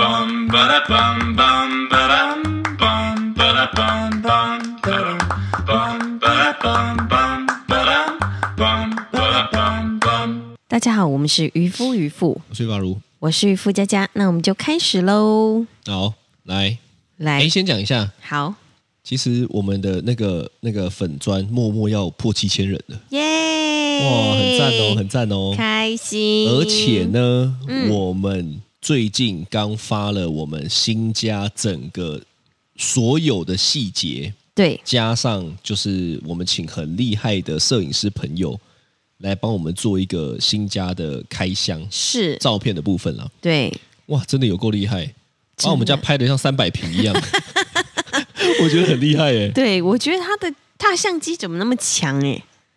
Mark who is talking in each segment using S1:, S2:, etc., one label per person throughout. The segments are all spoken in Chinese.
S1: bum ba da bum bum ba dum bum ba da bum bum ba dum bum ba da bum bum ba dum bum ba da bum bum.
S2: 大家好，我们是渔夫渔妇，
S3: 我是巴如。
S2: 我是渔夫佳佳，那我们就开始喽。
S3: 好，来，
S2: 来
S3: 哎，，先讲一下，
S2: 好，
S3: 其实我们的那个那个粉砖默默要破七千人了，
S2: 耶！
S3: 哇，
S2: 哇
S3: 很赞哦，很赞哦。
S2: 开心。
S3: 而且，呢，我们最近刚发了我们新家整个所有的细节，
S2: 对
S3: 加上就是我们请很厉害的摄影师朋友来帮我们做一个新家的开箱
S2: 是，
S3: 照片的部分啦。
S2: 对，
S3: 哇，真的有够厉害，把我们家
S2: 真的
S3: 拍的像三百平一样， 我觉得很厉害耶、
S2: 对，我觉得他的他的相机怎么那么强哎、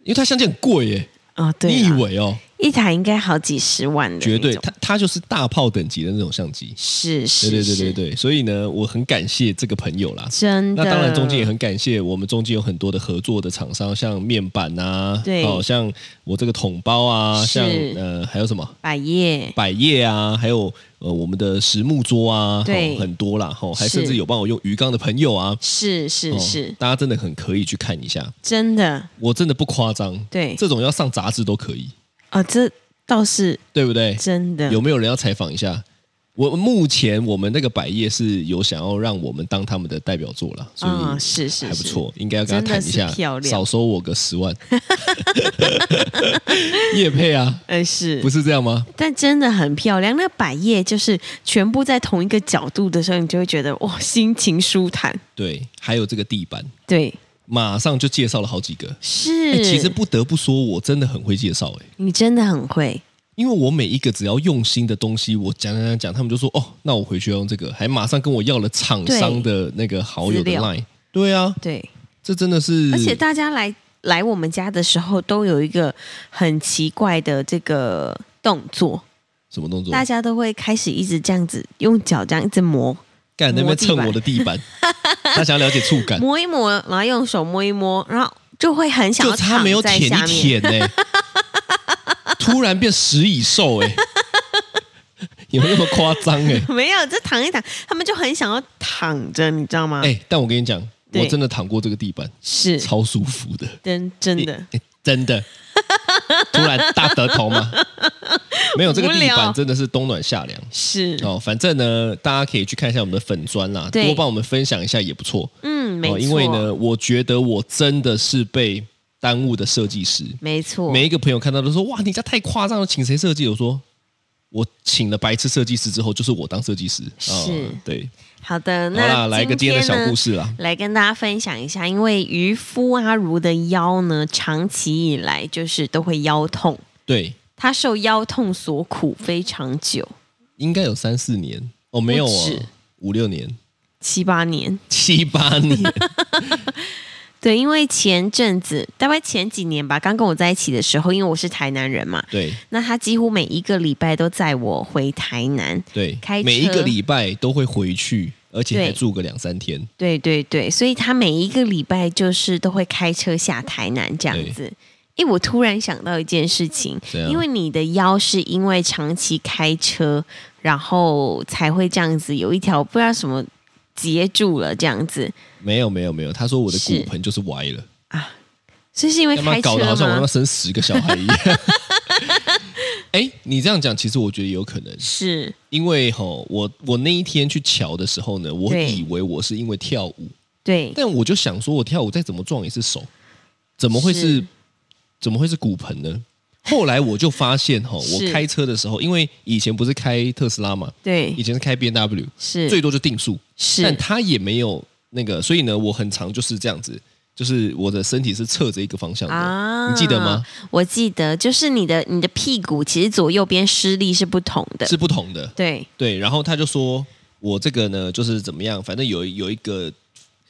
S3: 因为它相机很贵耶、
S2: 哦，对啦，
S3: 你以为哦，
S2: 一台应该好几十万的那种，
S3: 绝对，它它就是大炮等级的那种相机。
S2: 是是
S3: 对对对
S2: 是
S3: 对对，所以呢，我很感谢这个朋友啦。
S2: 真的。
S3: 那当然，中间也很感谢我们中间有很多的合作的厂商，像面板啊，
S2: 对
S3: 哦，像我这个桶包啊，
S2: 是
S3: 像呃还有什么
S2: 百叶，
S3: 百叶啊，还有呃我们的实木桌啊，
S2: 对
S3: 哦很多啦，吼、还
S2: 是
S3: 甚至有帮我用鱼缸的朋友啊，
S2: 是是
S3: 哦
S2: 是，
S3: 大家真的很可以去看一下，
S2: 真的，
S3: 我真的不夸张，
S2: 对，
S3: 这种要上杂志都可以，
S2: 哦，这倒是
S3: 对不对？
S2: 真的，
S3: 有没有人要采访一下？我目前我们那个百叶是有想要让我们当他们的代表作了，所
S2: 啊、
S3: 以
S2: 是是
S3: 还不
S2: 是，
S3: 错，应该要跟他谈一
S2: 真的
S3: 下
S2: 是漂，亮
S3: 少收我个 十万。 叶配啊，
S2: 呃是
S3: 不，是这样吗？
S2: 但真的很漂亮。那百叶就是全部在同一个角度的时候，你就会觉得哇，心情舒坦。
S3: 对，还有这个地板，
S2: 对，
S3: 马上就介绍了好几个。
S2: 是，
S3: 哎其实不得不说，我真的很会介绍哎、
S2: 你真的很会，
S3: 因为我每一个只要用心的东西，我讲讲讲讲，他们就说哦，那我回去要用这个，还马上跟我要了厂商的那个好友
S2: 资
S3: 的
S2: 料
S3: line。对啊，
S2: 对，
S3: 这真的是，
S2: 而且大家来来我们家的时候，都有一个很奇怪的这个动作，
S3: 什么动作？
S2: 大家都会开始一直这样子用脚这样一直磨，
S3: 干那边
S2: 摸地
S3: 蹭
S2: 板
S3: 我的地 板，他想要了解触 感，
S2: 磨一磨，然后用手摸一摸，然后就会很想
S3: 就
S2: 要
S3: 差没有
S2: 躺在
S3: 舔
S2: 下
S3: 一
S2: 面。
S3: 舔呢、 突然变食蚁兽 哎、有没有那么夸张哎、
S2: 没有，就躺一躺，他们就很想要躺着，你知道吗？
S3: 哎、但我跟你讲，
S2: 对
S3: 我真的躺过这个地板，
S2: 是
S3: 超舒服的。
S2: 真真的，
S3: 欸真 的，突然大得头吗？没有，这个
S2: 无
S3: 地
S2: 聊
S3: 板真的是冬暖夏凉。
S2: 是，
S3: 哦，反正呢，大家可以去看一下我们的粉砖啦，
S2: 对
S3: 多帮我们分享一下也不错。
S2: 嗯，没错，
S3: 哦，因为，呢，我觉得我真的是被耽误的设计师。
S2: 没错，
S3: 每一个朋友看到都说：“哇，你家太夸张了，请谁设计？”我说：“我请了白痴设计师之后，就是我当设计师。哦
S2: 是
S3: 对。
S2: 好的，
S3: 好啦，
S2: 那
S3: 来一个今天的小故
S2: 事。
S3: 事啦。
S2: 来跟大家分享一下，因为渔夫阿如的腰呢，长期以来就是都会腰痛，
S3: 对，
S2: 他受腰痛所苦非常久，
S3: 应该有三四年哦，没有
S2: 不
S3: 哦
S2: 止，
S3: 五六年、
S2: 七八年。
S3: 七 八年。
S2: 对，因为前阵子，大概前几年吧，刚跟我在一起的时候，因为我是台南人嘛，
S3: 对
S2: 那他几乎每一个礼拜都载我回台南，
S3: 对
S2: 开，
S3: 每一
S2: 车
S3: 个礼拜都会回去，而且还
S2: 对
S3: 住个两三天。
S2: 对对对，所以他每一个礼拜就是都会开车下台南这样
S3: 对
S2: 子。诶，我突然想到一件事情，
S3: 怎样
S2: 因为你的腰是因为长期开车，然后才会这样子有一条不知道什么截住了这样子
S3: 没有没有没有，他说我的
S2: 是
S3: 骨盆就是歪了，
S2: 啊，所以是因为
S3: 要不然
S2: 开
S3: 搞
S2: 车
S3: 得好像我要
S2: 吗？
S3: 生十个小孩一 样。哎，你这样讲，其实我觉得有可能，
S2: 是
S3: 因为哈、我我那一天去瞧的时候呢，我
S2: 对
S3: 以为我是因为跳舞，
S2: 对，
S3: 但我就想说，我跳舞再怎么撞也是手，怎么会是
S2: 是
S3: 怎么会是骨盆呢？后来我就发现哈、
S2: 是
S3: 我开车的时候，因为以前不是开特斯拉嘛，以
S2: 对，
S3: 前是开 B N W，
S2: 是
S3: 最多就定速，但
S2: 是
S3: 他也没有那个，所以呢，我很常就是这样子，就是我的身体是侧着一个方向的，
S2: 啊
S3: 你记得吗？？
S2: 我记得，就是你的你的屁股其实左右边施力是不同的，
S3: 是不同的，
S2: 对，
S3: 对。然后他就说我这个呢，就是怎么样，反正有有一个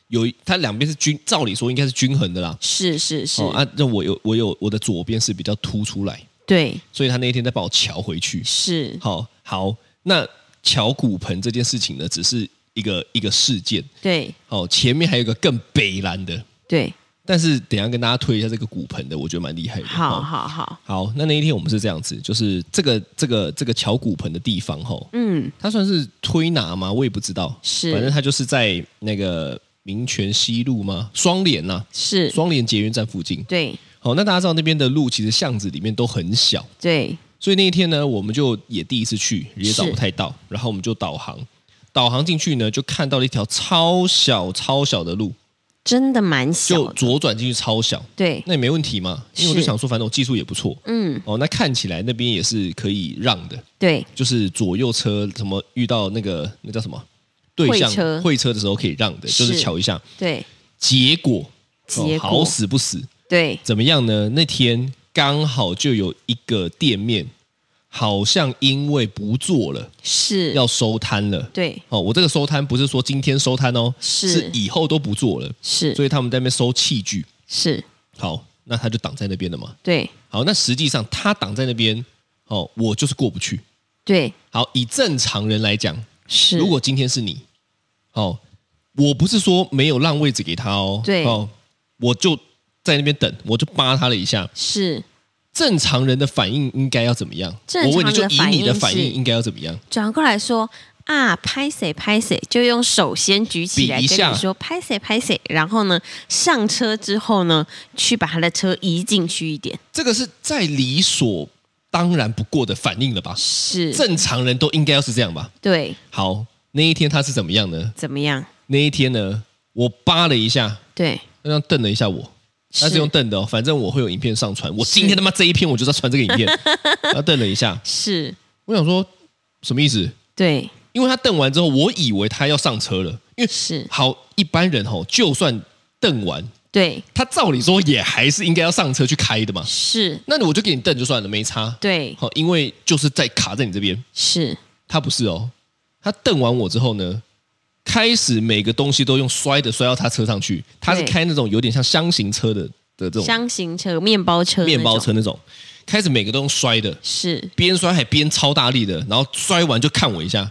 S3: 有一，它两边是均，照理说应该是均衡的啦。
S2: 是是是，
S3: 哦啊，那我有我有我的左边是比较凸出来，
S2: 对，
S3: 所以他那一天再把我瞧回去。
S2: 是
S3: 好好，那瞧骨盆这件事情呢，只是一个一个事件。
S2: 对
S3: 哦，前面还有一个更北蓝的，
S2: 对，
S3: 但是等一下跟大家推一下这个骨盆的，我觉得蛮厉害的。
S2: 好
S3: 哦
S2: 好好，
S3: 好，那那一天我们是这样子，就是这个这个这个桥骨盆的地方哈，
S2: 嗯，
S3: 它算是推拿吗？我也不知道，
S2: 是
S3: 反正它就是在那个民权西路吗？双连呐、
S2: 是，
S3: 双连捷运站附近。
S2: 对
S3: 好，那大家知道那边的路其实巷子里面都很小，
S2: 对，
S3: 所以那一天呢，我们就也第一次去，也
S2: 是
S3: 找不太到，然后我们就导航，导航进去呢，就看到了一条超小超小的路，
S2: 真的蛮
S3: 就
S2: 小的，
S3: 左转进去超小，
S2: 对，
S3: 那也没问题嘛，因为我
S2: 是
S3: 就想说，反正我技术也不错，
S2: 嗯，
S3: 哦，那看起来那边也是可以让的，
S2: 对，
S3: 就是左右车什么遇到那个那叫什么对
S2: 会
S3: 向
S2: 车
S3: 会车的时候可以让的，就是
S2: 是
S3: 瞧一下。
S2: 对，
S3: 结果
S2: 结果
S3: 哦、好死不死，
S2: 对，
S3: 怎么样呢？那天刚好就有一个店面，好像因为不做了，
S2: 是，
S3: 要收摊了。
S2: 对，
S3: 哦，我这个收摊不是说今天收摊哦，
S2: 是
S3: 以后都不做了，
S2: 是
S3: 所以他们在那边收器具。
S2: 是，
S3: 好，那他就挡在那边了嘛。
S2: 对
S3: 好，那实际上他挡在那边，哦，我就是过不去。
S2: 对
S3: 好，以正常人来讲，
S2: 是，
S3: 如果今天是你，哦，我不是说没有让位置给他哦，
S2: 对
S3: 哦，我就在那边等，我就扒他了一下。
S2: 是
S3: 正常人的反应应该要怎么样？
S2: 正常
S3: 我问你，就
S2: 人的
S3: 以
S2: 反应
S3: 你的反
S2: 是
S3: 应应该要怎么样？
S2: 转过来说。啊，拍谁拍谁，就用手先举起
S3: 比
S2: 来
S3: 一
S2: 跟
S3: 下
S2: 你说拍谁拍谁，然后呢，上车之后呢，去把他的车移进去一点，
S3: 这个是再理所当然不过的反应了吧？
S2: 是，
S3: 正常人都应该要是这样吧？
S2: 对，
S3: 好，那一天他是怎么样呢？
S2: 怎么样？
S3: 那一天呢，我扒了一下，
S2: 对，
S3: 他这样瞪了一下我，他是用瞪的哦，反正我会有影片上传。我今天他妈这一篇我就是要传这个影片，他瞪了一下，
S2: 是，
S3: 我想说什么意思？
S2: 对，
S3: 因为他瞪完之后，我以为他要上车了，因为
S2: 是
S3: 好一般人吼、就算瞪完，
S2: 对，
S3: 他照理说也还是应该要上车去开的嘛。
S2: 是，
S3: 那我就给你瞪就算了，没差。
S2: 对，
S3: 好，因为就是在卡在你这边，
S2: 是，
S3: 他不是哦。他瞪完我之后呢，开始每个东西都用摔的摔到他车上去。他是
S2: 对
S3: 开那种有点像箱型车的的这种
S2: 箱型车、面包车、
S3: 面包车，那种，开始每个都用摔的，
S2: 是
S3: 边摔还边超大力的，然后摔完就看我 一下，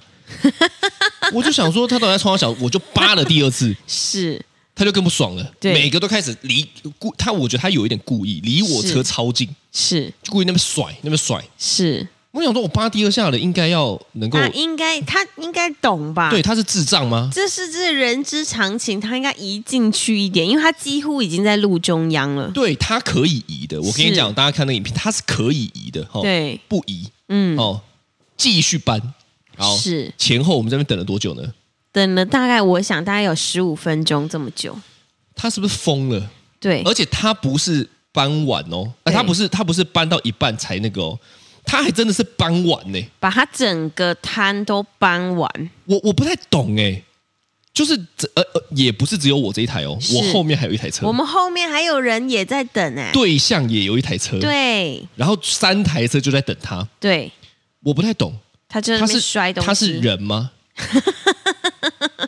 S3: 我就想说他到底在冲我小，我就扒了第二次，
S2: 是，
S3: 他就更不爽了，
S2: 对
S3: 每个都开始离故他，我觉得他有一点故意离我车
S2: 是
S3: 超近，
S2: 是，
S3: 就故意那边甩那边甩，
S2: 是，
S3: 我想说我扒第二下了，应该要能够
S2: 他应该他应该懂吧？
S3: 对，他是智障吗？
S2: 这是这是人之常情，他应该移进去一点，因为他几乎已经在路中央了。
S3: 对他可以移的，我跟你
S2: 是
S3: 讲，大家看那个影片，他是可以移的，哈、哦，
S2: 对，
S3: 不移
S2: 嗯，
S3: 哦，继续搬，好
S2: 是
S3: 前后我们这边等了多久呢？
S2: 等了大概我想大概有十五分钟这么久。
S3: 他是不是疯了？
S2: 对，
S3: 而且他不是搬完哦，
S2: 对
S3: 呃、他不是他不是搬到一半才那个哦，他还真的是搬完呢。
S2: 把他整个摊都搬完。
S3: 我我不太懂哎，就是这呃呃，也不是只有我这一台哦，
S2: 是
S3: 我后面还有一台车，
S2: 我们后面还有人也在等哎、
S3: 对象也有一台车，，
S2: 对
S3: 然后三台车就在等他，
S2: 对，
S3: 我不太懂，
S2: 他就在
S3: 他
S2: 那边
S3: 是
S2: 摔东西。
S3: 他是人吗？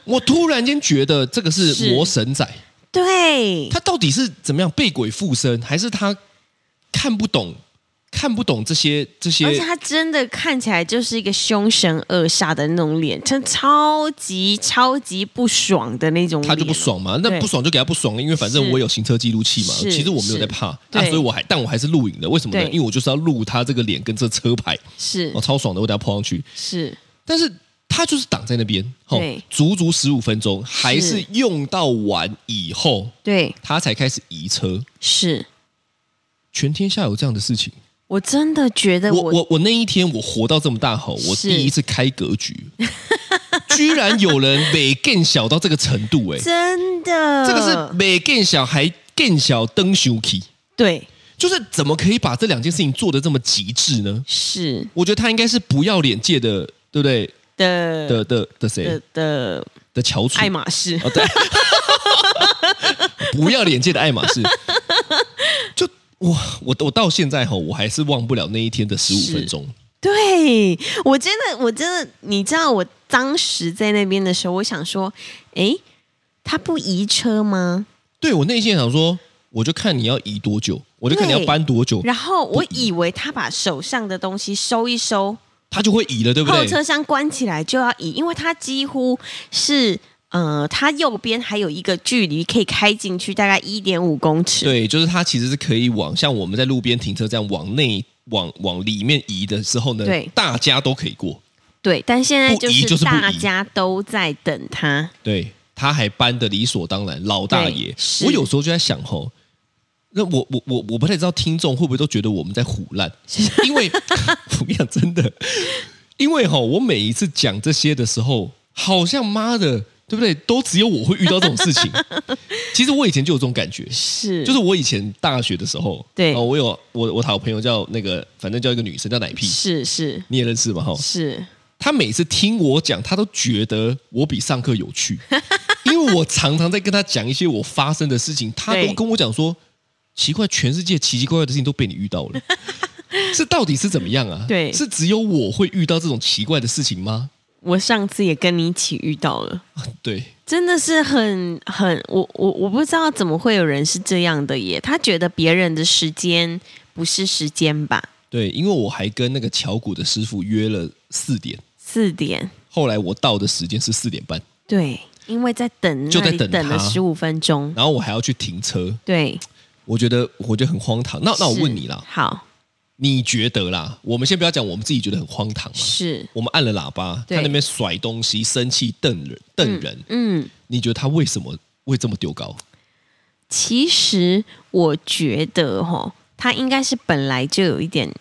S3: 我突然间觉得这个是
S2: 是
S3: 魔神仔，
S2: 对，
S3: 他到底是怎么样被鬼附身，还是他看不懂看不懂这些这些？
S2: 而且他真的看起来就是一个凶神恶煞的那种脸，他超级超级不爽的那种脸，
S3: 他就不爽嘛，那
S2: 对
S3: 不爽就给他不爽了，因为反正
S2: 是
S3: 我有行车记录器嘛。
S2: 是
S3: 其实我没有在怕，啊，
S2: 对
S3: 所以我还，但我还是录影的，为什么呢？
S2: 对
S3: 因为我就是要录他这个脸跟这车牌，
S2: 是
S3: 哦，超爽的，我等下抛上去。
S2: 是，
S3: 但是他就是挡在那边，哦
S2: 对，
S3: 足足十五分钟，还是用到完以后，
S2: 对，
S3: 他才开始移车。
S2: 是
S3: 全天下有这样的事情，
S2: 我真的觉得
S3: 我
S2: 呃我
S3: 我我那一天我活到这么大吼，我
S2: 是
S3: 第一次开格局，居然有人每更小到这个程度、哎，
S2: 真的
S3: 这个是每更小还更小登熊 key。
S2: 对
S3: 就是怎么可以把这两件事情做得这么极致呢？
S2: 是
S3: 我觉得他应该是不要脸界的，对不对？
S2: 的
S3: 的的的
S2: 的
S3: 谁
S2: 的
S3: 的翘楚？
S2: 爱马仕
S3: 哦，对， 不要脸界的爱马仕。就我我我到现在哈、我还是忘不了那一天的十五分钟。
S2: 对我真的，我真的，你知道我当时在那边的时候，我想说，诶，他不移车吗？
S3: 对我内心想说，我就看你要移多久，我就看你要
S2: 对
S3: 搬多久，
S2: 然后我以为他把手上的东西收一收，
S3: 他就会移了，对不
S2: 后
S3: 对？
S2: 车厢关起来就要移，因为他几乎是呃，它右边还有一个距离可以开进去，大概一点五公尺。
S3: 对，就是它其实是可以往像我们在路边停车这样往内往往里面移的时候呢
S2: 对，
S3: 大家都可以过。
S2: 对，但现在
S3: 不移就是不移
S2: 大家都在等它。
S3: 对，他还搬的理所当然，老大
S2: 对
S3: 爷。
S2: 是
S3: 我有时候就在想吼，那我我我我不太知道听众会不会都觉得我们在胡乱，因为我跟你讲真的，因为吼我每一次讲这些的时候，好像妈的，对不对？都只有我会遇到这种 事情。其实我以前就有这种感觉，
S2: 是，
S3: 就是我以前大学的时候，
S2: 对
S3: 哦，我有我我好朋友叫那个，反正叫一个女生叫奶屁，
S2: 是是
S3: 你也认识嘛哈？
S2: 是，
S3: 她每次听我讲，她都觉得我比上课有 趣，因为我常常在跟她讲一些我发生的事情，她都
S2: 对
S3: 跟我讲说，奇怪，全世界奇奇怪怪的事情都被你遇到 了，这到底是怎么样啊？
S2: 对
S3: 是只有我会遇到这种奇怪的事情吗？
S2: 我上次也跟你一起遇到了。
S3: 对，
S2: 真的是很很，我我我不知道怎么会有人是这样的耶。他觉得别人的时间不是时间吧？
S3: 对，因为我还跟那个巧鼓的师傅约了四点，
S2: 四点，
S3: 后来我到的时间是四点半，
S2: 对，因为在等
S3: 就在
S2: 那里
S3: 等
S2: 等了
S3: 他
S2: 十五分钟，
S3: 然后我还要去停车，
S2: 对。
S3: 我觉得我觉得很荒唐。那那我
S2: 是
S3: 问你啦，
S2: 好，
S3: 你觉得啦？我们先不要讲我们自己觉得很荒唐嘛。
S2: 是，
S3: 我们按了喇叭，
S2: 对
S3: 他那边甩东西，生气瞪人瞪人，
S2: 嗯，
S3: 你觉得他为什么会这么丢高？
S2: 其实我觉得哈，他应该是本来就有一点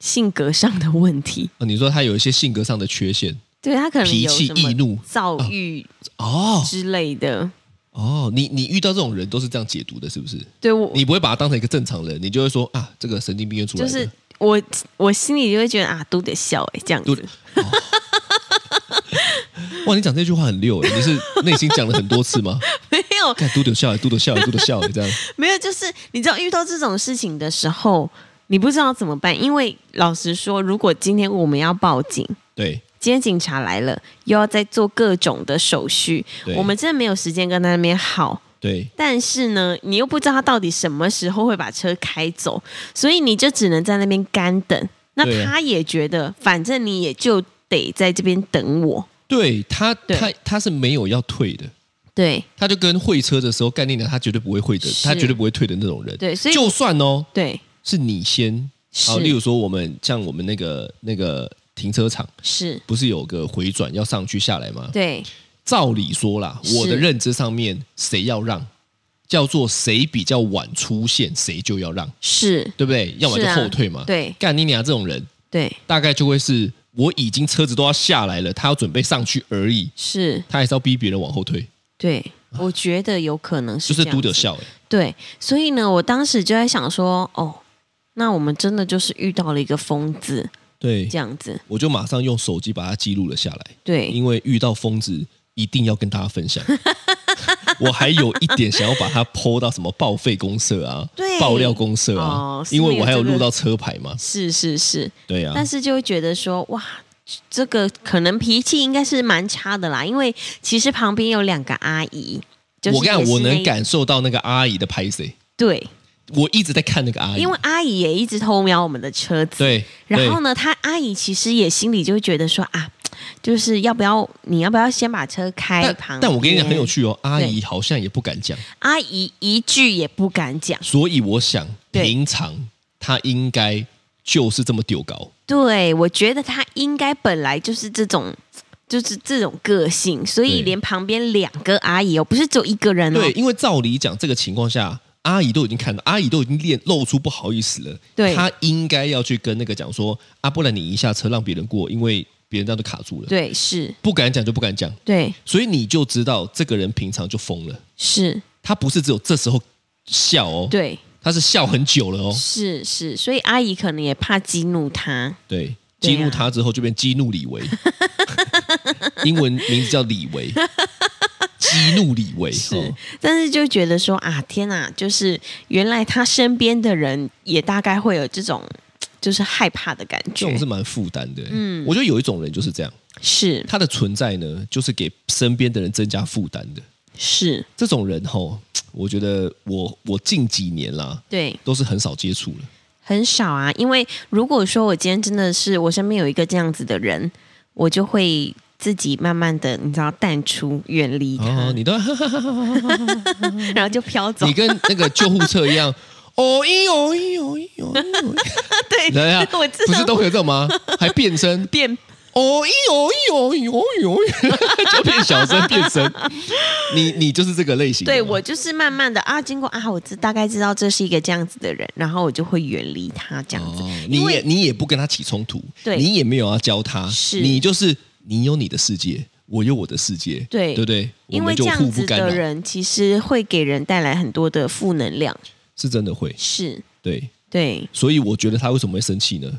S2: 性格上的问 题，
S3: 啊，你说他有一些性格上的缺陷
S2: 对他可能有
S3: 脾气
S2: 什么
S3: 易怒
S2: 躁郁
S3: 哦
S2: 之类的。
S3: 哦，你你遇到这种人都是这样解读的，是不是？
S2: 对我，
S3: 你不会把他当成一个正常人，你就会说啊，这个神经病又出来
S2: 就
S3: 了。
S2: 是我我心里就会觉得啊，都得笑哎、这样
S3: 都
S2: 子。
S3: 哇，你讲这句话很溜欸，你是内心讲了很多次 吗？
S2: 没有，
S3: 看嘟嘟笑欸，嘟嘟笑欸，嘟嘟笑欸，这样。
S2: 没有，就是你知道遇到这种事情的时候，你不知道怎么办，因为老实说，如果今天我们要报警，
S3: 对
S2: 今天警察来了，又要再做各种的手续
S3: 对，
S2: 我们真的没有时间跟他那边耗。
S3: 对，
S2: 但是呢，你又不知道他到底什么时候会把车开走，所以你就只能在那边干等。那
S3: 对啊
S2: 他也觉得，反正你也就得在这边等我。
S3: 对他
S2: 对
S3: 他他是没有要退的，
S2: 对
S3: 他就跟会车的时候概念的，他绝对不会会的，
S2: 是
S3: 他绝对不会退的那种人。
S2: 对，所以
S3: 就算哦，
S2: 对
S3: 是你先好，
S2: 是
S3: 例如说我们像我们那个那个停车场，
S2: 是，
S3: 不是有个回转要上去下来吗？
S2: 对
S3: 照理说啦，
S2: 是
S3: 我的认知上面，谁要让，叫做谁比较晚出现，谁就要让，
S2: 是，
S3: 对不对？要么
S2: 是
S3: 就
S2: 啊
S3: 后退嘛。
S2: 对
S3: 干你娘这种人，
S2: 对
S3: 大概就会是我已经车子都要下来了，他要准备上去而已，
S2: 是。
S3: 他还是要逼别人往后退，
S2: 对，我觉得有可能是
S3: 就是
S2: 这样
S3: 嘟
S2: 子
S3: 的笑、欸。
S2: 对，所以呢，我当时就在想说，哦，那我们真的就是遇到了一个疯子
S3: 对
S2: 这，样子，
S3: 我就马上用手机把它记录了下来。
S2: 对，
S3: 因为遇到疯子一定要跟大 家分享。我还有一点想要把它剖到什么报废公社啊
S2: 对、
S3: 爆料公社啊，
S2: 哦
S3: 因为我还有
S2: 是没有这个
S3: 录到车牌嘛。
S2: 是是是，
S3: 对啊，
S2: 但是就会觉得说，哇。这个可能脾气应该是蛮差的啦，因为其实旁边有两个阿姨，就是
S3: 我跟你
S2: 也
S3: 讲，
S2: 是
S3: 我
S2: 那
S3: 能
S2: 一
S3: 感受到那个阿姨的拍谁，
S2: 对，
S3: 我一直在看那个阿姨，
S2: 因为阿姨也一直偷瞄我们的车子，
S3: 哎对，
S2: 然后
S3: 对
S2: 呢，他阿姨其实也心里就会觉得说啊，就是要不要你要不要先把车开旁
S3: 但但我跟你讲很有
S2: 边
S3: 趣哦，阿姨好像也不敢讲，
S2: 阿姨一句也不敢讲，
S3: 所以我想
S2: 对
S3: 平常她应该就是这么丢高。
S2: 对我觉得她应该本来就是这种。就是这种个性，所以
S3: 对
S2: 连旁边两个阿姨哦，不是只有一个人哦，
S3: 对，因为照理讲，这个情况下，阿姨都已经看到，阿姨都已经练露出不好意思了。
S2: 对
S3: 她应该要去跟那个讲说，啊，不然你一下车让别人过，因为别人这样就卡住了。
S2: 对是，
S3: 不敢讲就不敢讲，
S2: 对
S3: 所以你就知道这个人平常就疯了。
S2: 是，
S3: 他不是只有这时候笑哦，
S2: 对
S3: 他是笑很久了哦。
S2: 是是，所以阿姨可能也怕激怒她。
S3: 对，
S2: 对
S3: 激
S2: 啊
S3: 怒他之后就变激怒李维，英文名字叫李维，激怒李维。哦、
S2: 但是就觉得说啊，天哪，就是原来她身边的人也大概会有这种就是害怕的感
S3: 这种
S2: 觉
S3: 是，蛮负担的。嗯，我觉得有一种人就是这样。
S2: 是
S3: 他的存在呢，就是给身边的人增加负担的。
S2: 是，
S3: 这种人吼，我觉得我我近几年啦，
S2: 对，
S3: 都是很少接触了。
S2: 很少啊，因为如果说我今天真的是我身边有一个这样子的人，我就会自己慢慢的，你知道淡出，远离它，
S3: 哦，你都
S2: 然后就飘走
S3: 你。跟那个救护车一样， 哦咦哦咦哦咦 哦咦，哦
S2: 对，？
S3: 怎样
S2: 我知道，
S3: 不是都会有这种吗？还变身，
S2: 变
S3: 哦咦哦咦哦咦哦咦哦 咦，就变小声变声。你你就是这个类型的吗，
S2: 对我就是慢慢的啊，经过啊，我知大概知道这是一个这样子的人，然后我就会远离他这样子。
S3: 哦，你
S2: 因
S3: 也
S2: 为
S3: 你也不跟他起冲突，
S2: 对
S3: 你也没有要教他，
S2: 是
S3: 你就是你有你的世界，我有我的世界，
S2: 对
S3: 对不对？
S2: 因
S3: 我
S2: 为
S3: 们
S2: 这
S3: 就
S2: 样
S3: 互
S2: 子
S3: 不干扰
S2: 的，人其实会给人带来很多的负能量，
S3: 是真的会
S2: 是
S3: 对，
S2: 对，
S3: 所以我觉得他为什么会生气呢？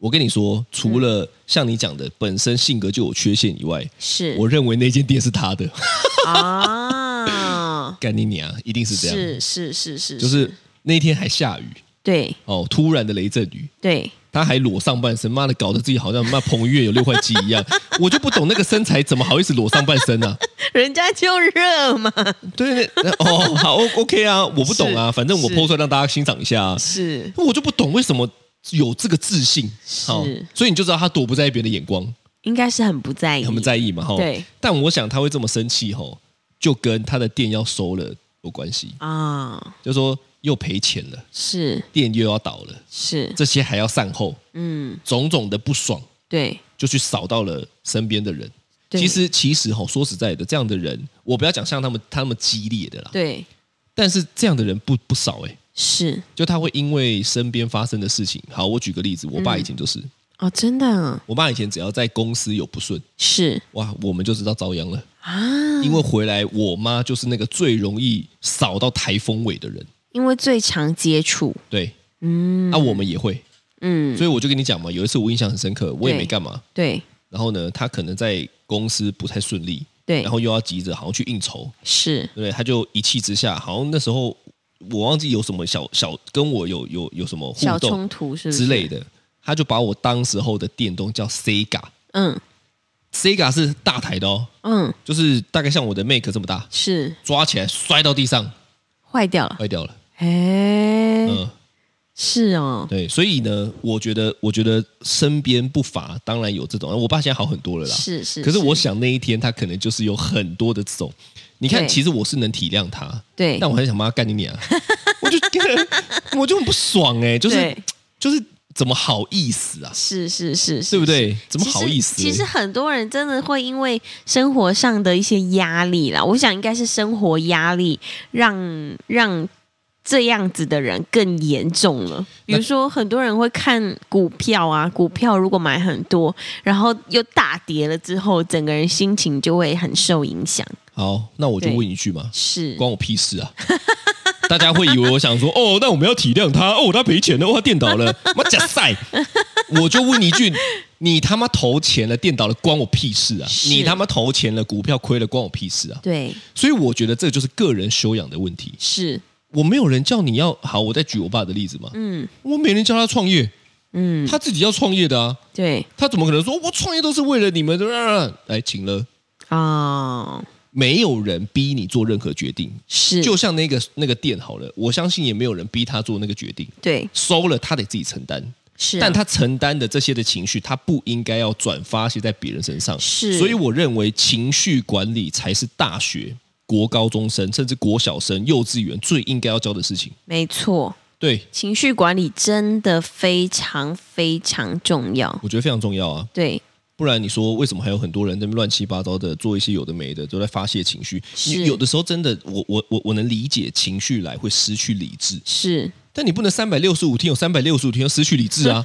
S3: 我跟你说，
S2: 嗯
S3: 除了像你讲的本身性格就有缺陷以外，
S2: 是
S3: 我认为那间店是他的，
S2: 啊，
S3: 干你娘，一 定是这样，
S2: 是是是是，
S3: 就是那天还下雨
S2: 对
S3: 哦，突然的雷阵雨，
S2: 对，
S3: 他还裸上半身，妈的，搞得自己好像妈彭于晏有六块肌一样，我就不懂那个身材怎么好意思裸上半身啊？
S2: 人家就热嘛，
S3: 对对对哦，好，O OK 啊，我不懂啊，
S2: 是
S3: 反正我
S2: 是
S3: PO 出来让大家欣赏一下、啊，
S2: 是
S3: 我就不懂为什么有这个自信，好
S2: 是，
S3: 所以你就知道他多不在意别人的眼光，
S2: 应该是很不在意，
S3: 很不在意嘛，哈。
S2: 对。
S3: 但我想他会这么生气，吼，就跟他的店要收了有关系，
S2: 啊，
S3: 就说又赔钱了，
S2: 是
S3: 店又要倒了，
S2: 是，
S3: 这些还要善后，
S2: 嗯，
S3: 种种的不爽
S2: 对
S3: 就去扫到了身边的人。
S2: 对
S3: 其实，其实吼，说实在的，这样的人，我不要讲像他们他们激烈的啦，
S2: 对
S3: 但是这样的人不不少哎、欸
S2: 是
S3: 就他会因为身边发生的事情，好，我举个例子，我爸以前就是，
S2: 哦，真的啊
S3: 我爸以前只要在公司有不顺，
S2: 是
S3: 哇，我们就知道遭殃了，
S2: 啊，
S3: 因为回来我妈就是那个最容易扫到台风尾的人，
S2: 因为最常接触，
S3: 对，
S2: 嗯
S3: 那、我们也会，
S2: 嗯，
S3: 所以我就跟你讲嘛，有一次我印象很深刻，我也
S2: 对
S3: 没干嘛，
S2: 对
S3: 然后呢，他可能在公司不太顺利，
S2: 对
S3: 然后又要急着好像去应酬，
S2: 是
S3: 对不对？他就一气之下，好像那时候我忘记有什么小小跟我有有有什么互
S2: 小
S3: 动
S2: 冲，突是不是
S3: 之类，的，他就把我当时候的电动叫 Sega，Sega
S2: 嗯
S3: 是大台的哦，
S2: 嗯，
S3: 就是大概像我的 Make 这么大，
S2: 是
S3: 抓起来摔到地上，
S2: 坏掉了，
S3: 坏掉了。
S2: 哎，
S3: 嗯、
S2: 是哦，
S3: 对，所以呢，我觉得，我觉得身边不乏，当然有这种，我爸现在好很多了啦。
S2: 是是，
S3: 可是我想那一天他可能就是有很多的这种，你看，
S2: 对
S3: 其实我是能体谅他，
S2: 对
S3: 但我很想骂干你 娘，我就我就很不爽哎、就是
S2: 对
S3: 就是怎么好意思啊，
S2: 是是是是，
S3: 对不
S2: 是？
S3: 对？怎么好意思、欸
S2: 其实？其实很多人真的会因为生活上的一些压力啦，我想应该是生活压力让让这样子的人更严重了。比如说，很多人会看股票啊，股票如果买很多，然后又大跌了之后，整个人心情就会很受影响。
S3: 好，那我就
S2: 对
S3: 问一句嘛，
S2: 是，
S3: 关我屁事啊！ 大家会以为我想说，哦，那我们要体谅他，哦，他赔钱了，哦，他电倒了，妈假赛！我就问一句，你他妈投钱了，电倒了，关我屁事啊！
S2: 是
S3: 你他妈投钱了，股票亏了，关我屁事啊！
S2: 对，
S3: 所以我觉得这就是个人修养的问题。
S2: 是，
S3: 我没有人叫你要好，我再举我爸的例子嘛，
S2: 嗯
S3: 我没人叫他创业，
S2: 嗯，
S3: 他自己要创业的啊，
S2: 对
S3: 他怎么可能说哦我创业都是为了你们的？啊来，请了，
S2: 哦，
S3: 没有人逼你做任何决定，
S2: 是，
S3: 就像那个那个店好了，我相信也没有人逼他做那个决定，
S2: 对，
S3: 收了他得自己承担，
S2: 是啊、
S3: 但他承担的这些的情绪，他不应该要转发泄在别人身上。
S2: 是
S3: 所以我认为情绪管理才是大学、国高中生甚至国小生、幼稚园最应该要教的事情。
S2: 没错。
S3: 对，
S2: 情绪管理真的非常非常重要。
S3: 我觉得非常重要啊，
S2: 对，
S3: 不然你说为什么还有很多人在那边乱七八糟的做一些有的没的，都在发泄情绪？
S2: 是
S3: 你有的时候真的，我我我我能理解情绪来会失去理智，
S2: 是
S3: 但你不能三百六十五天有三百六十五天又失去理智啊。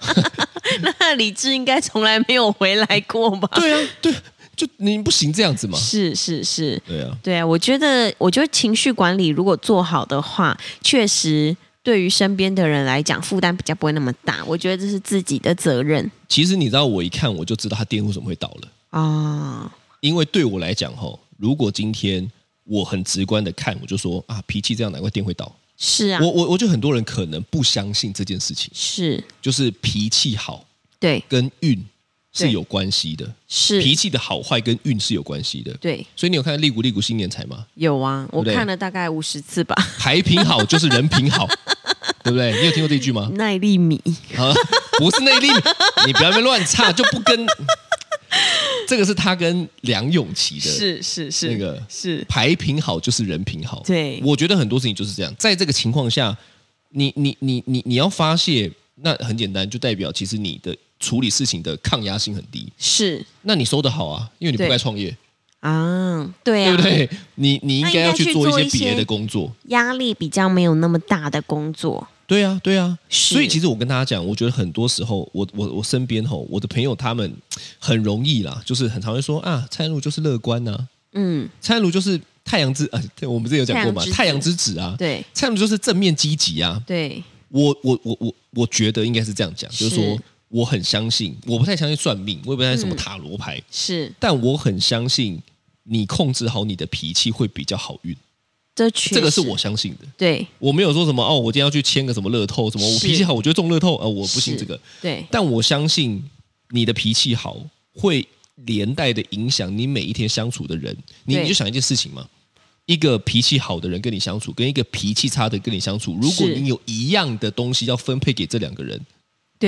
S2: 那理智应该从来没有回来过吧？
S3: 对啊，对，就你不行这样子嘛。
S2: 是是是，
S3: 对啊，
S2: 对啊，我觉得，我觉得情绪管理如果做好的话，确实对于身边的人来讲，负担比较不会那么大。我觉得这是自己的责任
S3: 其实你知道，我一看我就知道他店为什么会倒了，
S2: 啊、
S3: 因为对我来讲，吼，如果今天我很直观的看，我就说啊，脾气这样，难怪店会倒。
S2: 是啊
S3: 我，我我觉得很多人可能不相信这件事情，
S2: 是，
S3: 就是脾气好
S2: 对，
S3: 跟运是
S2: 对
S3: 有关系的，脾
S2: 是，
S3: 气的好坏跟运是有关系的。
S2: 对，
S3: 所以你有看《利谷利谷新年财》吗？
S2: 有啊，我
S3: 对不对
S2: 看了大概五十次吧，
S3: 牌品好就是人品 好，对不对？你有听过这句吗？
S2: 耐力米
S3: 啊，不是内力，你不要在那边乱插，就不跟。这个是他跟梁咏琪的
S2: 是是是
S3: 那个
S2: 是
S3: 牌品好就是人品好。
S2: 对
S3: 我觉得很多事情就是这样，在这个情况下，你你你你你要发泄，那很简单，就代表其实你的处理事情的抗压性很低。
S2: 是
S3: 那你收的好啊，因为你不
S2: 对
S3: 该创业，
S2: 啊，对
S3: 对
S2: 啊，
S3: 不对？你你应该要去做
S2: 那应该去
S3: 一
S2: 做一
S3: 些别
S2: 些
S3: 的工作。
S2: 压力比较没有那么大的工作，
S3: 对啊，对啊，
S2: 是
S3: 所以其实我跟大家讲，我觉得很多时候，我我我身边吼，我的朋友他们 很容易啦，就是很常会说啊，蔡安儒就是乐观呐、
S2: 嗯，
S3: 蔡安儒就是太阳之啊，对我们之前有讲过嘛，太
S2: 太
S3: 阳
S2: 阳
S3: 之子啊，
S2: 对
S3: 蔡安儒就是正面积极啊。
S2: 对
S3: 我我我我我觉得应该是这样讲，就是说
S2: 是
S3: 我很相信，我不太相信算命，我也不太相信
S2: 嗯
S3: 什么塔罗牌，
S2: 是，
S3: 但我很相信你控制好你的脾气会比较好运，
S2: 这确
S3: 这个是
S2: 实
S3: 我相信的。
S2: 对
S3: 我没有说什么哦，我今天要去签个什么乐透，什么我
S2: 是
S3: 脾气好，我就中乐透，呃，我不信
S2: 是
S3: 这个，
S2: 对
S3: 但我相信你的脾气好会连带的影响你每一天相处的人。你
S2: 对
S3: 你就想一件事情嘛，一个脾气好的人跟你相处，跟一个脾气差的跟你相处，如果
S2: 是
S3: 你有一样的东西要分配给这两个人，你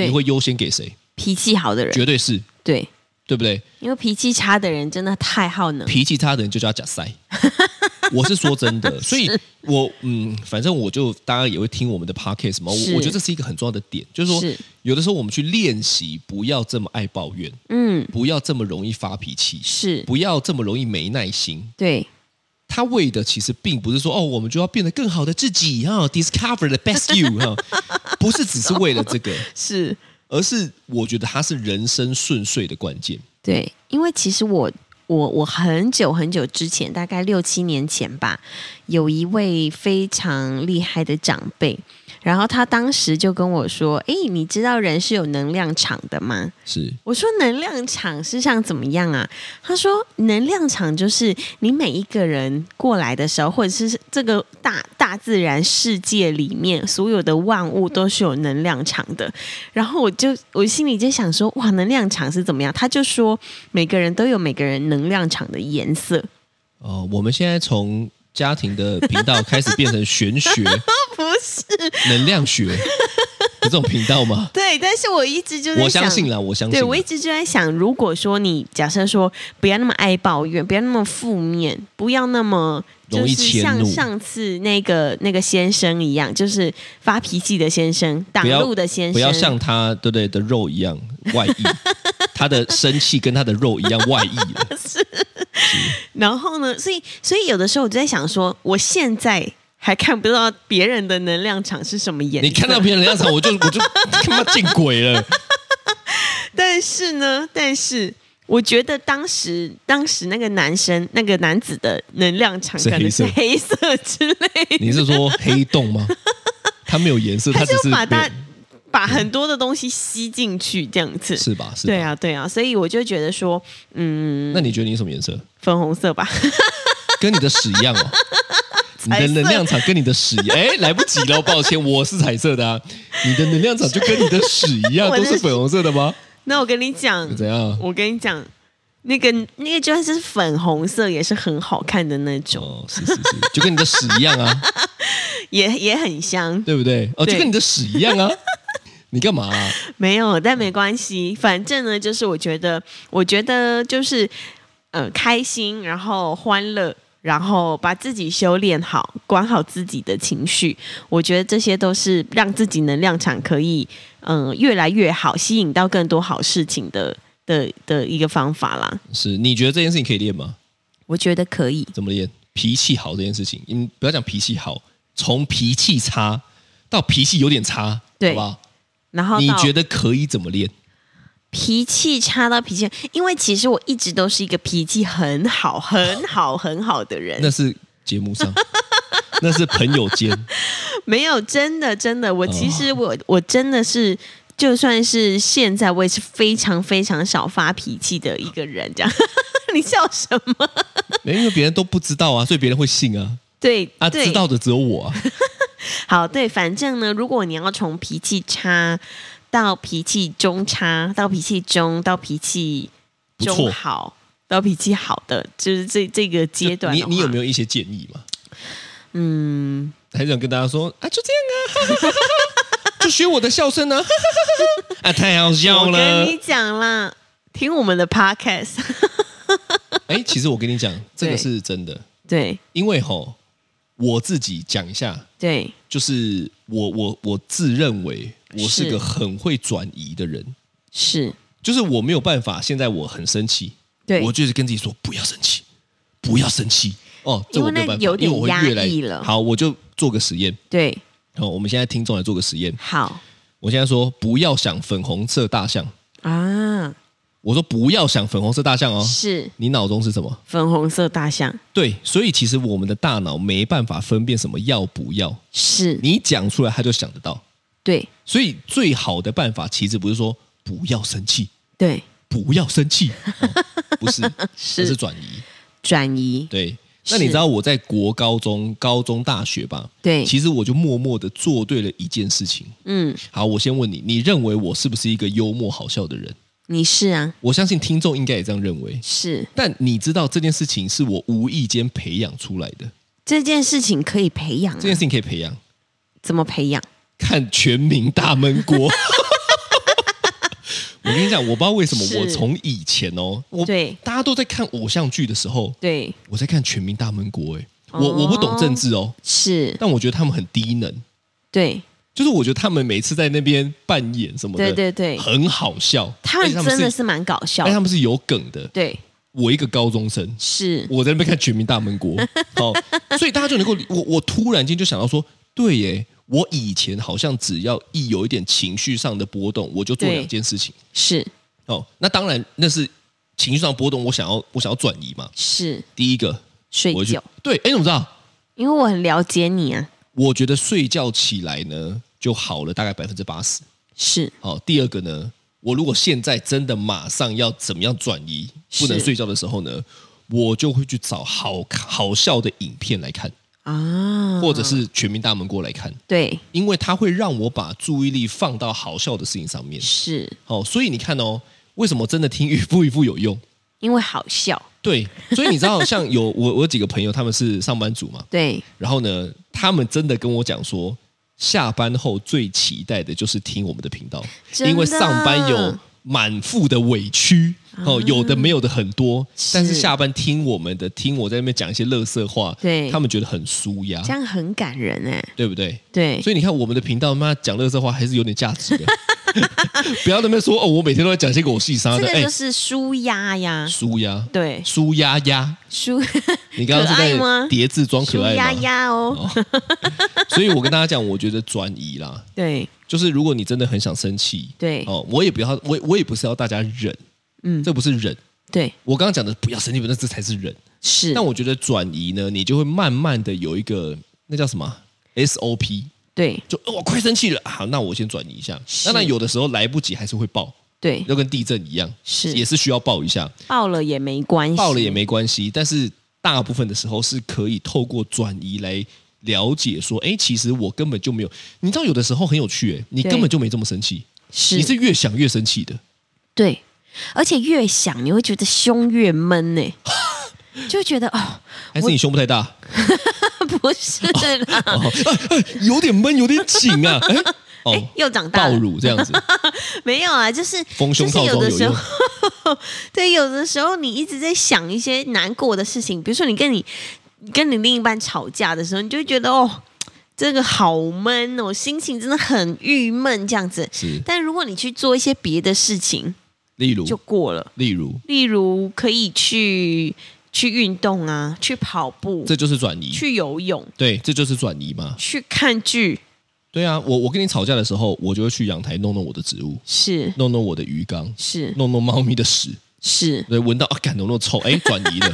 S2: 对，
S3: 会优先给谁？
S2: 脾气好的人，
S3: 绝对是，
S2: 对，
S3: 对不对？
S2: 因为脾气差的人真的太耗能，
S3: 脾气差的人就叫他 假塞。我是说真的，所以我嗯，反正我就大家也会听我们的 podcast 嘛，
S2: 是
S3: 我我觉得这是一个很重要的点，就是说
S2: 是
S3: 有的时候我们去练习，不要这么爱抱怨，
S2: 嗯，
S3: 不要这么容易发脾气，
S2: 是
S3: 不要这么容易没耐心。
S2: 对
S3: 他为的其实并不是说哦，我们就要变得更好的自己哈、d i s c o v e r the best you 哈、不是只是为了这个，
S2: 是。
S3: 而是我觉得它是人生顺遂的关键。
S2: 对，因为其实我我我很久很久之前，大概六七年前吧，有一位非常厉害的长辈，然后他当时就跟我说：“诶，你知道人是有能量场的吗？”
S3: 是
S2: 我说能量场是像怎么样啊？他说能量场就是你每一个人过来的时候，或者是这个大大自然世界里面所有的万物都是有能量场的。然后我就我心里就想说，哇，能量场是怎么样？他就说每个人都有每个人能量场的颜色，
S3: 哦，我们现在从家庭的频道开始变成玄学、
S2: 不是？
S3: 能量学的这种频道吗？
S2: 对，但是 我一直就在
S3: 我相
S2: 想
S3: 信啦，我相信啦。
S2: 对，我一直就在想，如果说你假设说不要那么爱抱怨，不要那么负面，不要那么就
S3: 容易
S2: 是
S3: 迁
S2: 像
S3: 怒
S2: 上次那个那个先生一样，就是发脾气的先生，挡
S3: 不要
S2: 路的先生，
S3: 不要像他对不对的肉一样外 溢，他的生气跟他的肉一样外溢了。
S2: 然后呢，所以所以有的时候我就在想说，我现在还看不到别人的能量场是什么颜色，
S3: 你看到别人的样子，我就我就 他妈见鬼了。
S2: 但是呢，但是我觉得当时当时那个男生那个男子的能量场
S3: 是
S2: 可能是黑色之类的。
S3: 你是说黑 洞吗？它没有颜色，它
S2: 他
S3: 只是
S2: 就把它
S3: 变
S2: 把很多的东西吸进去，这样子。
S3: 是吧？是吧
S2: 对。啊，对啊，所以我就觉得说，嗯，
S3: 那你觉得你什么颜色？
S2: 粉红色吧，
S3: 跟你的屎一样哦。你的能量场跟你的屎一样，哎，来不及了，抱歉，我是彩色的啊。你的能量场就跟你的屎一样，
S2: 我
S3: 都
S2: 的
S3: 是粉红色的吗？
S2: 那我跟你讲，
S3: 怎样？
S2: 我跟你讲，那个那个就算是粉红色，也是很好看的那种，
S3: 哦，是是是，就跟你的屎一样 啊，
S2: 也也很香。
S3: 对不对？哦，
S2: 对
S3: 就跟你的屎一样啊。你干嘛啊？
S2: 没有，但没关系，反正呢，就是我觉得，我觉得就是，呃，开心，然后欢乐。然后把自己修炼好，管好自己的情绪，我觉得这些都是让自己能量场可以嗯、呃越来越好，吸引到更多好事情的的的一个方法啦。
S3: 是你觉得这件事情可以练吗？
S2: 我觉得可以，
S3: 怎么练？脾气好这件事情，你不要讲脾气好，从脾气差到脾气有点差，
S2: 对
S3: 好不好？
S2: 然后
S3: 你
S2: 到
S3: 觉得可以怎么练？
S2: 脾气差到脾气，因为其实我一直都是一个脾气很好、很好、很好的人。
S3: 那是节目 上，那是朋友间，
S2: 没有，真的真的，
S3: 嗯
S2: 我其实我、我真的是，就算是现在，我也是非常非常少发脾气的一个人。这样， 你笑什么？
S3: 因为别人都不知道啊，所以别人会信啊。
S2: 对
S3: 啊，
S2: 对
S3: 知道的只有我啊。
S2: 好对，反正呢，如果你要从脾气差到脾气中差，到脾气中，到脾气
S3: 不错
S2: 中好。到脾气好的，就是这这个阶段
S3: 你
S2: 的话，
S3: 你有没有一些建议嘛？嗯，还想跟大家说啊，就这样啊，哈哈 哈 哈哈哈就学我的笑声呢、啊，啊，太好笑
S2: 我
S3: 了
S2: 跟。你讲啦，听我们的 podcast。
S3: 哎，其实我跟你讲，这个是真的，
S2: 对
S3: 因为吼、我自己讲一下，
S2: 对，
S3: 就是我我我自认为我是
S2: 是
S3: 个很会转移的人，
S2: 是，
S3: 就是我没有办法，现在我很生气，
S2: 对，
S3: 我就是跟自己说不要生气，不要生气哦，这
S2: 因为
S3: 我没有
S2: 那
S3: 办法，
S2: 有点
S3: 因为我会越来
S2: 压抑了
S3: 好，我就做个实验，
S2: 对，
S3: 好、我们现在听众来做个实验，
S2: 好
S3: 我现在说不要想粉红色大象，
S2: 啊，
S3: 我说不要想粉红色大象哦，
S2: 是
S3: 你脑中是什么？
S2: 粉红色大象，
S3: 对，所以其实我们的大脑没办法分辨什么要不要，
S2: 是，
S3: 你讲出来他就想得到。
S2: 对
S3: 所以最好的办法其实不是说不要生气，
S2: 对，
S3: 不要生气，哦 不是，而是
S2: 是
S3: 转移。
S2: 转移，
S3: 对，
S2: 是
S3: 那你知道我在国高中、高中、大学吧？
S2: 对，
S3: 其实我就默默的做对了一件事情。
S2: 嗯，
S3: 好，我先问你，你认为我是不是一个幽默好笑的人？
S2: 你是啊，
S3: 我相信听众应该也这样认为。
S2: 是
S3: 但你知道这件事情是我无意间培养出来的，
S2: 这件事情可以培养、啊
S3: 这，件事情可以培养。
S2: 怎么培养？
S3: 看《全民大闷 锅》。我跟你讲，我不知道为什么，
S2: 是
S3: 我从以前哦，我
S2: 对
S3: 大家都在看偶像剧的时候，
S2: 对，
S3: 我在看《全民大闷锅》。哎，我、
S2: 哦
S3: 我不懂政治哦，
S2: 是，
S3: 但我觉得他们很低能，
S2: 对
S3: 就是我觉得他们每次在那边扮演什么的，
S2: 对对对，
S3: 很好笑。
S2: 他们
S3: 而且
S2: 真的
S3: 是，
S2: 是蛮搞笑
S3: 但他
S2: 的，
S3: 们是有梗的。
S2: 对，
S3: 我一个高 中生，
S2: 是，
S3: 我在那边看《全民大闷锅》哦，所以大家就能够理，我我突然间就想到说，对耶，我以前好像只要一有一点情绪上的波动，我就做
S2: 对
S3: 两件事情
S2: 是
S3: 哦。那当然，那是情绪上的波动，我想要我想要转移嘛。
S2: 是
S3: 第一个，
S2: 睡
S3: 我就
S2: 觉，
S3: 对，哎，你怎么知道？
S2: 因为我很了解你啊，
S3: 我觉得睡觉起来呢就好了，大概百分之八十。
S2: 是
S3: 好，第二个呢，我如果现在真的马上要怎么样转移，不能
S2: 是
S3: 睡觉的时候呢，我就会去找好好笑的影片来看。
S2: 啊，
S3: 或者是《全民大闷锅》来看，
S2: 对，
S3: 因为它会让我把注意力放到好笑的事情上面。
S2: 是
S3: 好、所以你看哦，为什么真的听一步一步有用？
S2: 因为好笑，
S3: 对，所以你知道，像有我我有几个朋友，他们是上班族嘛，
S2: 对，
S3: 然后呢，他们真的跟我讲说，下班后最期待的就是听我们的频道，
S2: 真的
S3: 因为上班有满腹的委屈。哦，有的没有的很多，但是
S2: 啊是
S3: 下班听我们的，听我在那边讲一些乐色话，
S2: 对
S3: 他们觉得很舒压
S2: 这，样很感人哎、
S3: 对不对？
S2: 对，
S3: 啊所以你看，我们的频道妈讲乐色话还是有点价值 的，不要那边说哦，我每天都在讲些狗屁啥
S2: 这
S3: 的，
S2: 个
S3: 哎
S2: 就，是舒压呀，
S3: 舒压，
S2: 对，
S3: 舒压压，
S2: 舒
S3: 你刚刚是
S2: 可爱
S3: 在
S2: 吗
S3: 叠字装
S2: 舒
S3: 可爱
S2: 压
S3: 吗？
S2: 压哦，
S3: 所以我跟大家讲，我觉得转移啦，
S2: 对
S3: 就是如果你真的很想生气，
S2: 对
S3: 哦，我也不要，我我也不是要大家忍，嗯，这不是忍，
S2: 对
S3: 我刚刚讲的不要生气，那这才是忍。
S2: 是，
S3: 但我觉得转移呢，你就会慢慢的有一个那叫什么啊 SOP，
S2: 对
S3: 就哦我快生气了，好，那我先转移一下。
S2: 是
S3: 当然有的时候来不及，还是会爆。
S2: 对
S3: 要跟地震一样，
S2: 是
S3: 也是需要报一下，
S2: 爆了也没关系，
S3: 报了也没关系。但是大部分的时候是可以透过转移来了解，说，哎，其实我根本就没有。你知道，有的时候很有趣，哎，你
S2: 对
S3: 根本就没这么生气，
S2: 是
S3: 你是越想越生气的。
S2: 对，而且越想你会觉得胸越闷呢、 就会觉得哦，
S3: 还是你胸部太大，
S2: 不是啦，
S3: 哦哎哎有点闷，有点 紧啊，哎，哦，
S2: 又长大
S3: 爆
S2: 了，
S3: 乳这样子，
S2: 没有啊，就是
S3: 丰
S2: 就
S3: 胸
S2: 是
S3: 套
S2: 有
S3: 装
S2: 的
S3: 有
S2: 时
S3: 用
S2: 候，对，有的时候你一直在想一些难过的事情，比如说你跟你你跟你另一半吵架的时候，你就会觉得哦，这个好闷哦，心情真的很郁闷这样子。
S3: 是，
S2: 但如果你去做一些别的事情，
S3: 例如
S2: 就，过了。
S3: 例如，
S2: 例如可以去去运动啊，去跑步，
S3: 这就是转移，
S2: 去游泳，
S3: 对，这就是转移嘛。
S2: 去看剧，
S3: 对啊，我我跟你吵架的时候，我就会去阳台弄弄我的植物，
S2: 是
S3: 弄弄我的鱼缸，
S2: 是
S3: 弄弄猫咪的屎，
S2: 是，
S3: 对，闻到啊，感浓浓臭，哎，转移 了，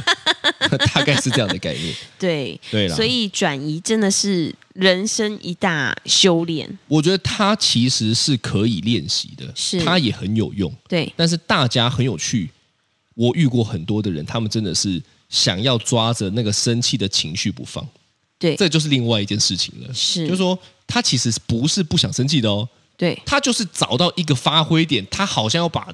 S3: 大概是这样的概念。
S2: 对
S3: 对啦
S2: 所以转移真的是人生一大修炼，
S3: 我觉得它其实是可以练习的，
S2: 是
S3: 它也很有用。
S2: 对
S3: 但是大家很有趣，我遇过很多的人，他们真的是想要抓着那个生气的情绪不放，
S2: 对
S3: 这就是另外一件事情了。
S2: 是，
S3: 就是说，他其实不是不想生气的哦，
S2: 对
S3: 他就是找到一个发挥点，他好像要把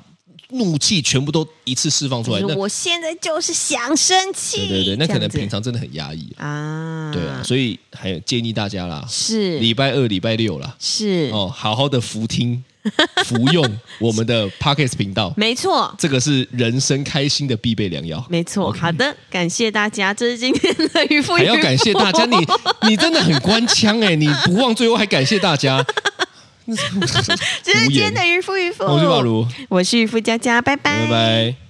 S3: 怒气全部都一次释放出来。
S2: 就
S3: 那
S2: 是我现在就是想生气，
S3: 对对对，那
S2: 这
S3: 可能
S2: 样子
S3: 平常真的很压抑啊。
S2: 啊，
S3: 对啊，所以还有建议大家啦，
S2: 是
S3: 礼拜二、礼拜六啦，哦
S2: 是
S3: 哦，好好的服听服用我们的 Pockets 频道，
S2: 没错，
S3: 这个是人生开心的必备良药。
S2: 没错。好的，感谢大家，这是今天的渔夫
S3: 还
S2: 渔
S3: 要感谢大家，你你真的很官腔哎、你不忘最后还感谢大家。
S2: 这是今天的渔夫渔夫，
S3: 我是宝如，
S2: 我是渔夫佳佳，拜拜，
S3: 拜拜。